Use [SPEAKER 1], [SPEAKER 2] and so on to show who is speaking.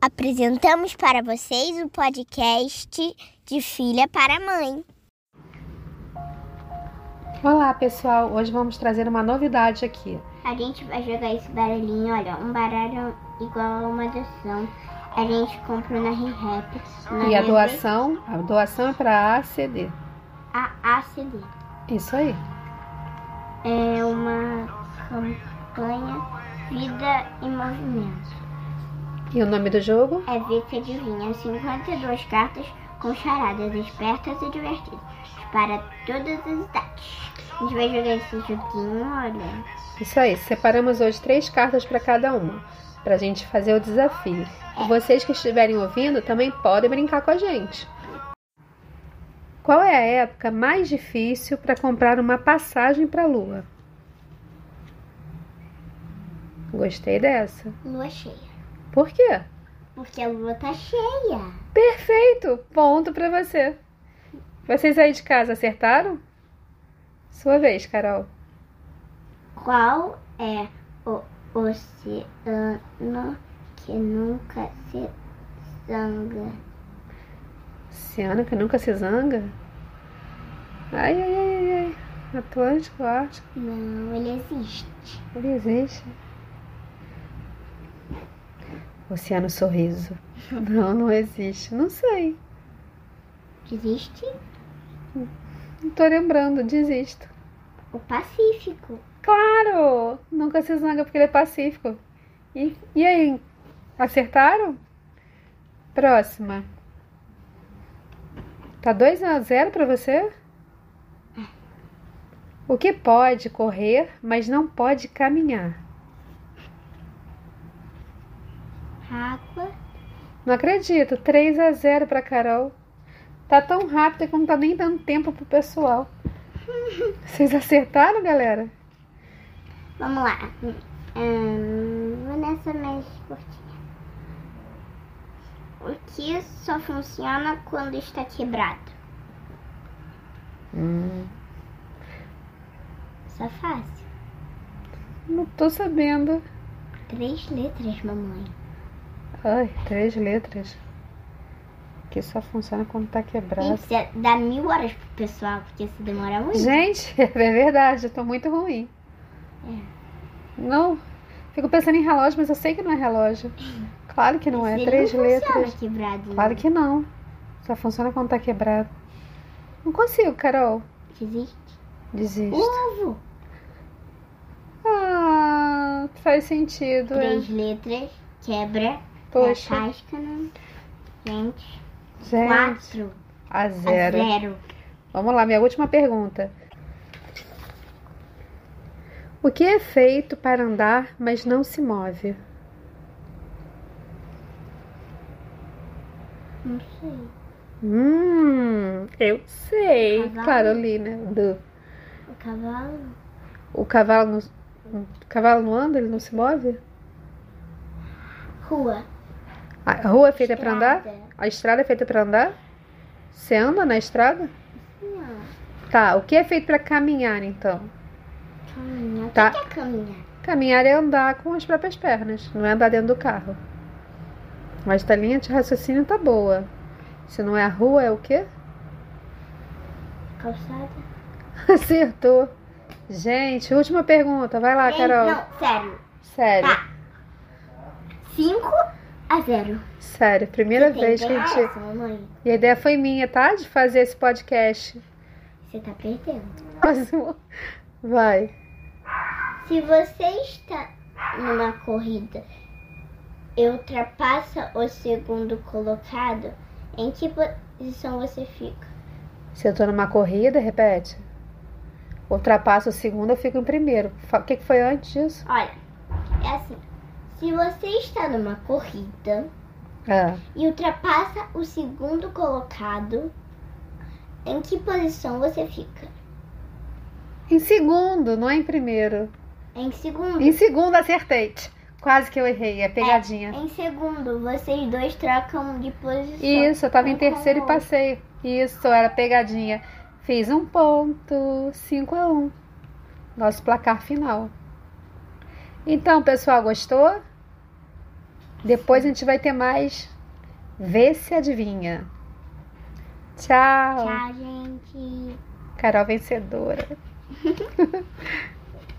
[SPEAKER 1] Apresentamos para vocês o podcast de Filha para Mãe.
[SPEAKER 2] Olá pessoal, hoje vamos trazer uma novidade aqui.
[SPEAKER 3] A gente vai jogar esse baralhinho, olha, um baralho igual a uma doação. A gente comprou na Rehaps.
[SPEAKER 2] E a doação, a doação é para a ACD.
[SPEAKER 3] A ACD.
[SPEAKER 2] Isso aí.
[SPEAKER 3] É uma campanha Vida e Movimento.
[SPEAKER 2] E o nome do jogo?
[SPEAKER 3] É ver se adivinha 52 cartas com charadas espertas e divertidas para todas as idades. A gente vai jogar esse joguinho, olha.
[SPEAKER 2] Isso aí, separamos hoje três cartas para cada uma, para a gente fazer o desafio. E vocês que estiverem ouvindo também podem brincar com a gente. Qual é a época mais difícil para comprar uma passagem para a Lua? Gostei dessa.
[SPEAKER 3] Lua cheia.
[SPEAKER 2] Por quê?
[SPEAKER 3] Porque a lua tá cheia.
[SPEAKER 2] Perfeito! Ponto para você. Vocês aí de casa acertaram? Sua vez, Carol.
[SPEAKER 3] Qual é o oceano que nunca se zanga?
[SPEAKER 2] Oceano que nunca se zanga? Ai, ai, ai, ai, ai. Atlântico, Ártico,
[SPEAKER 3] Não, ele existe.
[SPEAKER 2] ele existe. Oceano Sorriso. Não, não existe. Não sei.
[SPEAKER 3] Existe
[SPEAKER 2] Não tô lembrando, desisto.
[SPEAKER 3] o Pacífico.
[SPEAKER 2] Claro! Nunca se zanga porque ele é pacífico. E, e aí? Acertaram? Próxima. Tá 2 a 0 pra você? O que pode correr, mas não pode caminhar?
[SPEAKER 3] Água.
[SPEAKER 2] Não acredito. 3 a 0 pra Carol. Tá tão rápido que não tá nem dando tempo pro pessoal. Vocês acertaram, galera?
[SPEAKER 3] Vamos lá. Hum, vou nessa mais curtinha. O que só funciona quando está quebrado? Só fácil.
[SPEAKER 2] Não tô sabendo.
[SPEAKER 3] Três letras, mamãe.
[SPEAKER 2] Ai, três letras. Que só funciona quando tá quebrado.
[SPEAKER 3] Gente, dá- dá mil horas pro pessoal, porque se demora muito.
[SPEAKER 2] Gente, é verdade, eu tô muito ruim.
[SPEAKER 3] É.
[SPEAKER 2] Não, fico pensando em relógio, mas eu sei que não é relógio. Claro que não é,
[SPEAKER 3] Ele
[SPEAKER 2] três
[SPEAKER 3] não
[SPEAKER 2] letras.
[SPEAKER 3] Funciona quebrado.
[SPEAKER 2] Claro que não. Só funciona quando tá quebrado. Não consigo, Carol.
[SPEAKER 3] que existe.
[SPEAKER 2] Desisto.
[SPEAKER 3] Ovo.
[SPEAKER 2] Ah, faz sentido. é.
[SPEAKER 3] Uh! Três letras, quebra.
[SPEAKER 2] Poxa,
[SPEAKER 3] É a casca, né? Gente,
[SPEAKER 2] gente.
[SPEAKER 3] quatro
[SPEAKER 2] A
[SPEAKER 3] a
[SPEAKER 2] zero.
[SPEAKER 3] zero.
[SPEAKER 2] Vamos lá, minha última pergunta. O que é feito para andar, mas não se move?
[SPEAKER 3] Não sei.
[SPEAKER 2] Hum, eu sei,
[SPEAKER 3] Cavalo.
[SPEAKER 2] Carolina. Do,
[SPEAKER 3] O cavalo.
[SPEAKER 2] o cavalo não, o cavalo não anda, ele não se move?
[SPEAKER 3] Rua.
[SPEAKER 2] A rua é feita para andar?
[SPEAKER 3] Estrada.
[SPEAKER 2] A estrada é feita para andar? Você anda na estrada?
[SPEAKER 3] Não.
[SPEAKER 2] Tá, o que é feito para caminhar então?
[SPEAKER 3] Caminhar. O
[SPEAKER 2] Tá.
[SPEAKER 3] que que é caminhar?
[SPEAKER 2] Caminhar é andar com as próprias pernas, não é andar dentro do carro. Mas tua linha de raciocínio tá boa. Se não é a rua, é o quê?
[SPEAKER 3] Calçada.
[SPEAKER 2] Acertou. Gente, última pergunta. Vai lá,
[SPEAKER 3] Ei,
[SPEAKER 2] Ah, Carol.
[SPEAKER 3] Não, sério.
[SPEAKER 2] Sério,
[SPEAKER 3] Tá. Cinco a zero.
[SPEAKER 2] sério. Primeira
[SPEAKER 3] Você
[SPEAKER 2] vez que
[SPEAKER 3] tem
[SPEAKER 2] a gente.
[SPEAKER 3] graça, mamãe.
[SPEAKER 2] E a ideia foi minha, tá? De fazer esse podcast.
[SPEAKER 3] Você tá perdendo.
[SPEAKER 2] Próximo. Vai.
[SPEAKER 3] Se você está numa corrida e ultrapassa o segundo colocado, em que posição você fica?
[SPEAKER 2] Se eu tô numa corrida, repete. Ultrapasso o segundo, eu fico em primeiro. Fa- O que que foi antes disso?
[SPEAKER 3] Olha, é assim. Se você está numa corrida
[SPEAKER 2] Ah,
[SPEAKER 3] e ultrapassa o segundo colocado, em que posição você fica?
[SPEAKER 2] Em segundo, não é em primeiro.
[SPEAKER 3] Em segundo.
[SPEAKER 2] Em segundo, acertei. Tch, Quase que eu errei. É pegadinha.
[SPEAKER 3] Em segundo, vocês dois trocam de posição.
[SPEAKER 2] Isso, Uhum. eu tava em
[SPEAKER 3] um com o
[SPEAKER 2] terceiro e
[SPEAKER 3] outro.
[SPEAKER 2] passei. Isso, era pegadinha. Fiz um ponto, 5 a 1. Nosso placar final. Então, pessoal, gostou? Depois a gente vai ter mais. Vê se adivinha. Tchau.
[SPEAKER 3] Tchau, gente.
[SPEAKER 2] Carol vencedora.